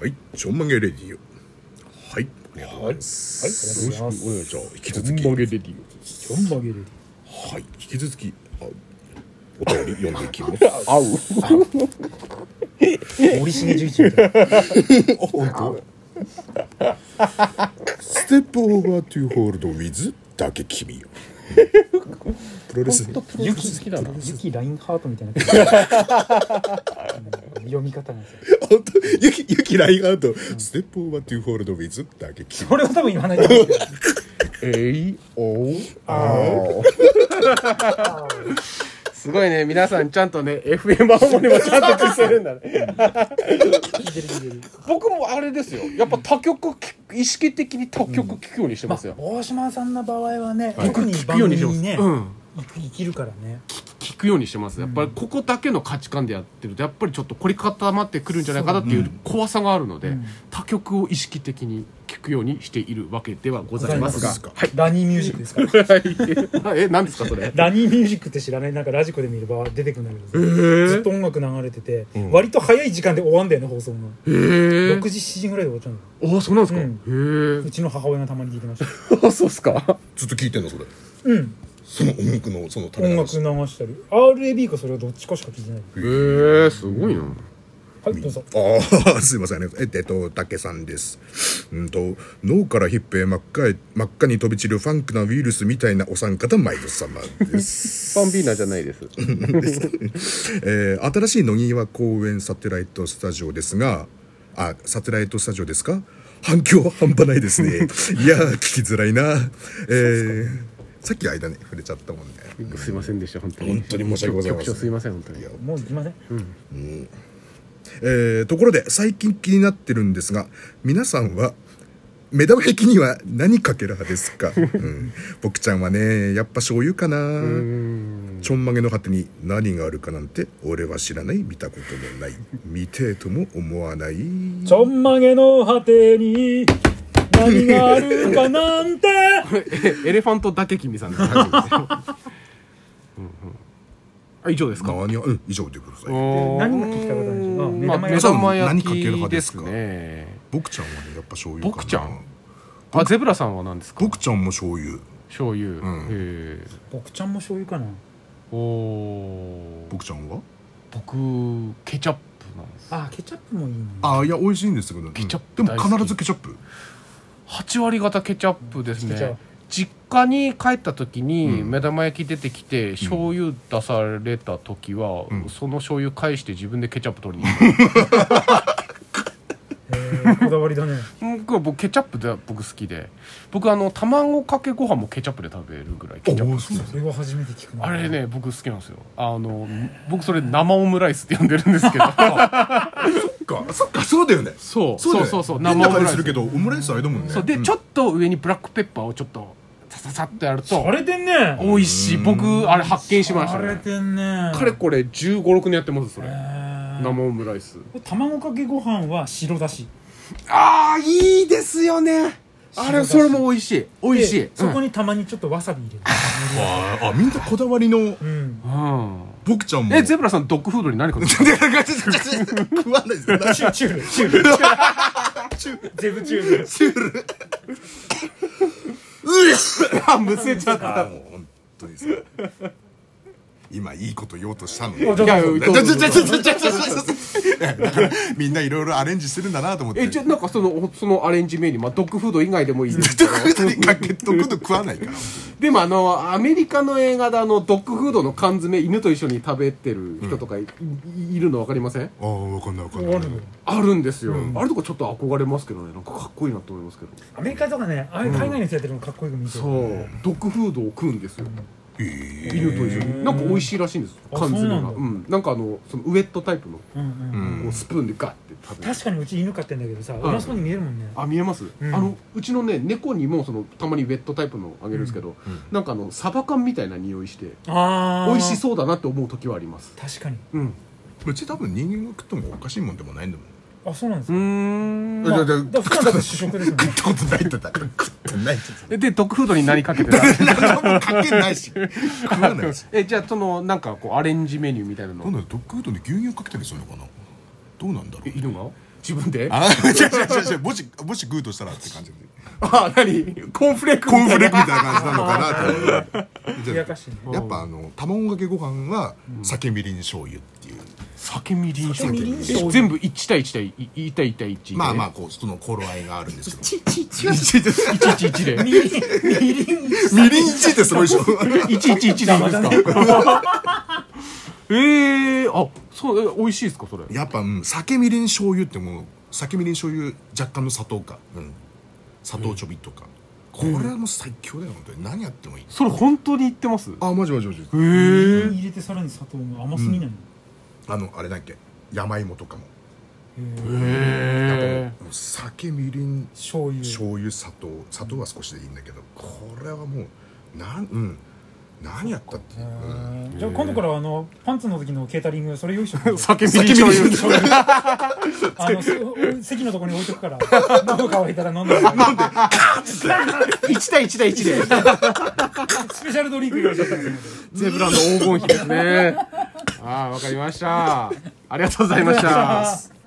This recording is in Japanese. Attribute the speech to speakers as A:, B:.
A: はい、ちょんまげレディオ。はい、ありがとうございま
B: はい
A: す。
B: はいありがとうございます
A: よろしくお願いします。引き続き、
C: ちょん
A: は
C: まげレディ
B: ちょんまげレディ
A: い、引き続き、あお便り読んでいき ます。
C: オ合う
B: 森重十一みたいな
A: ステップオーバートゥーホールドウィズだけ君よ。プロレス。
C: ユキ好きだな
B: ユキラインハートみ たいなうん読み方なんですよ
A: 本当ゆき、ゆきラインアウト。ステップオーバートゥーホールドウィズだけ君。
B: これは多分言わないと思うけど
C: えいおうあ
D: すごいね、皆さんちゃんとね、FM 青森もちゃんと聞いてるんだ ね。
B: 聞いてる聞いてる
D: 僕もあれですよ。やっぱ他局聞く、意識的に他局聞くようにしてますよ。
B: 大島さんの場合はね、特に
D: 聞
B: 番
D: くように
B: 組
D: してます。
B: にね、
D: うん。
B: 生きるからね
D: 聞くようにしてます。やっぱりここだけの価値観でやってると、やっぱりちょっと凝り固まってくるんじゃないかなっていう怖さがあるので、他局を意識的に聞くようにしているわけではございますが。はい。
B: ラニーミュージックですから
D: え、何ですかそれ。
B: ラニーミュージックって知らないなんかラジコで見れば出てくるんだけど、ずっと音楽流れてて、割と早い時間で終わんだよね放送の、
D: へえ
B: 6。時7時ぐらいで終わっちゃうの
D: あ、そうなんですか。
B: うんう
D: へ
B: ちの母親がたまに聞いてました
D: え。あ、そうっすか。
A: ずっと聞いてんの、それ。
B: うん
A: その音楽の、その垂
B: 音
A: れ
B: 楽
A: 流
B: 流
A: し。
B: したり RAB かそれはどっちかしか聞いてない
D: へえ、すごいな。
B: はいどうぞ
A: ああ、すいませんね。えっとえっと、竹さんです。うんと、脳からヒップへ真っ赤へ、真っ赤に飛び散るファンクなウイルスみたいなお三方、毎度様です。
D: バンビーナじゃないです。
A: えー新しい野際公園サテライトスタジオですが、あ、サテライトスタジオですか反響は半端ないですね。いやー、聞きづらいな。えーさっき間ね、触れちゃったもんね。
D: すいませんでした、本当に。
A: 本当に申し訳ございません
D: 局長すいません、本当に。
B: もうすいません
A: えーところで、最近気になってるんですが、皆さんは、目玉焼きには何かける派です か、うん、僕ちゃんはね、やっぱ醤油かな。ちょんまげの果てに何があるかなんて、俺は知らない、見たこともない、見てえとも思わない。
B: ちょんまげの果てに何があるかなんて
D: エレファントだけ君さんです。あ、以上ですか。
A: 何うん、以上でください。
B: 何が聞きたかったんでしょう
D: まあ、
B: 目
D: 目
A: 玉
D: 玉
A: 焼
D: 焼
A: き何かける
D: き
A: 派で
D: ですす
A: か
D: ね。
A: 僕ちゃんはね、やっぱ醤油かな。
D: 僕ちゃんあ、ゼブラさんは何ですか。
A: 僕ちゃんも醤油。
D: 醤油。
A: ん
D: ええ
B: 僕ちゃんも醤油かな
D: おお。
A: 僕ちゃんは
D: 僕、ケチャップなんです。
B: あケチャップもいいね
A: ああ、いや、美味しいんですけど。
D: ケチャ
A: う
D: ップ
A: んで
D: 大好き
A: も必ずケチャップ。
D: 八割方ケチャップです
B: ケチャッ
D: ね
B: プ。
D: 実家に帰った時に
A: うん
D: 目玉焼き出てきて醤油出された時は、
A: ん
D: その醤油返して自分でケチャップ取りに行く
B: えーこだわりだね
D: 僕は僕ケチャップで僕好きで僕あの卵かけご飯もケチャップで食べるぐらい
A: あ
D: ケチャップ
A: そうなんだ
B: それは初めて聞くな
D: あれね僕好きなんですよあの僕それ生オムライスって呼んでるんですけど
A: そっか、そっか、そうだよね。
D: そ う
A: そうだ
D: そ
A: よ
D: う
A: ね
D: そうそう
A: 変
D: 生
A: な
D: オム
A: 感じ
D: ライ
A: す
D: ス
A: るけど、オムライスあれだもんね。
D: そうでちょっと上にブラックペッパーをちょっとサササッとやる
B: さ
D: と
B: れてんね
D: 美味しい僕あれ発見しました
B: され
D: ね
B: てんね
D: かれこれ1 5 6年やってますそれ
B: えー
D: 生オムライス
B: 卵かけご飯は白だし
D: ああいいですよねあれそれも美味しい美味しい
B: でそこ
D: に
B: にたまにちょっとわさび入れる
A: あーあ、みんなこだわりの、
B: うん
D: うん
A: 僕ちゃんも。
D: えゼブラさんドッグフードに何か
A: 食わないです
B: チューチュールチュー ルゼブチュール
D: あむせちゃ った
A: あーもう本当にさ。今いいこと言おうとしたのに。
B: いや
D: いや
B: どうぞ
A: ちょちょちょちょちょちょちょだからみんないろいろアレンジしてるんだなと思って。
D: えじゃあなんかそのそのアレンジメニュー、まあ、ドッグフード以外でもいいですけど
A: かけとくと食わないから。
D: でもあのアメリカの映画であのドッグフードの缶詰犬と一緒に食べてる人とかい,、いるの分かりません
A: ああ、わかんないわかん
B: わ
A: な
B: か
A: い
B: る。よ
D: あるんですよ、あれとかちょっと憧れますけどねなんかかっこいいなと思いますけど
B: アメリカとかねああいう海外の人やってるのかっこよく見てる、
D: そうドッグフードを食うんですよ
A: え
D: 犬と一緒になんか美味しいらしいんです
B: あ
D: 缶詰
B: そ
D: が
B: うなんだ
D: うん、なんかあのそのウエットタイプの、
B: うんうん
D: こうスプーンでガッて食べる
B: 確かにうち犬飼ってんだけどさうまそうに見えるもんね
D: あ見えます、
B: ん
D: あのうちのね猫にもそのたまにウェットタイプのあげるんですけど、なんかあのサバ缶みたいな匂いして
B: あー
D: 美味しそうだなって思う時はあります
B: 確かに
D: うん
A: え。うち多分人間が食ってもおかしいもんでもないんだもん。
B: あそうなんです
D: う
B: よ、
D: ん
B: まあ、
A: じゃ
B: だ
A: あ
B: から普段だって主食ですよ
A: 食
B: ね
A: ったことないってだから食ってないって
D: でドッグフードに何かけてた
A: 何もかけないし。食わないし。
D: えじゃあそのなんかこうアレンジメニューみたいな
A: なん
D: の
A: だろうドッグフードに牛乳かけたりするのかなどうなんだろ
D: え
A: う
D: 犬が自分であ
A: ああ、違う違う違う違う。もし、もしグーとしたらって感じで。
D: あ何コーンフレーク
A: コーンフレークみ
D: み
A: たいな感じなのかなと思って。
B: 冷やかしね
A: やっぱあの、卵かけご飯は、酒みりん醤油っていう。
D: 酒みりん
B: 酒みりん醤油
D: 全部1対1対1対1対1
A: まあま
D: あ
A: あ、こう、その頃合いがあるんです けど。
D: 111で
B: みりんみりん
A: みりん1ってすごいでしょ。
D: 111でいいです
B: 邪魔だ
D: か
B: ね
D: ええあそうえ美味しいですかそれ
A: やっぱ、うん酒みりん醤油ってもう、酒みりん醤油若干の砂糖か。うん。砂糖ちょびっとか。これはもう最強だよ、本当に。何やってもいい。
D: それ本当に言ってますへ
A: あ、マジマジマジ。
D: え
B: 入れてさらに砂糖が甘すぎないの
A: あの、あれだっけ山芋とかも。
D: へえ
A: もう酒みりん
B: 醤油
A: 醤油砂糖砂糖は少しでいいんだけどこれはもうなん、うん、何やったって、うん
B: へーじゃあ今度からあのパンツの時のケータリングそれ用意しとく
D: 酒みりん醤油
B: あのせ席のとこに置いとくから 喉乾いたら飲んで飲んで
D: 1対1対1で
B: スペシャルドリンク用意しとったんです
D: ゼブラの黄金比ですね。ああ、わかりました。ありがとうございました。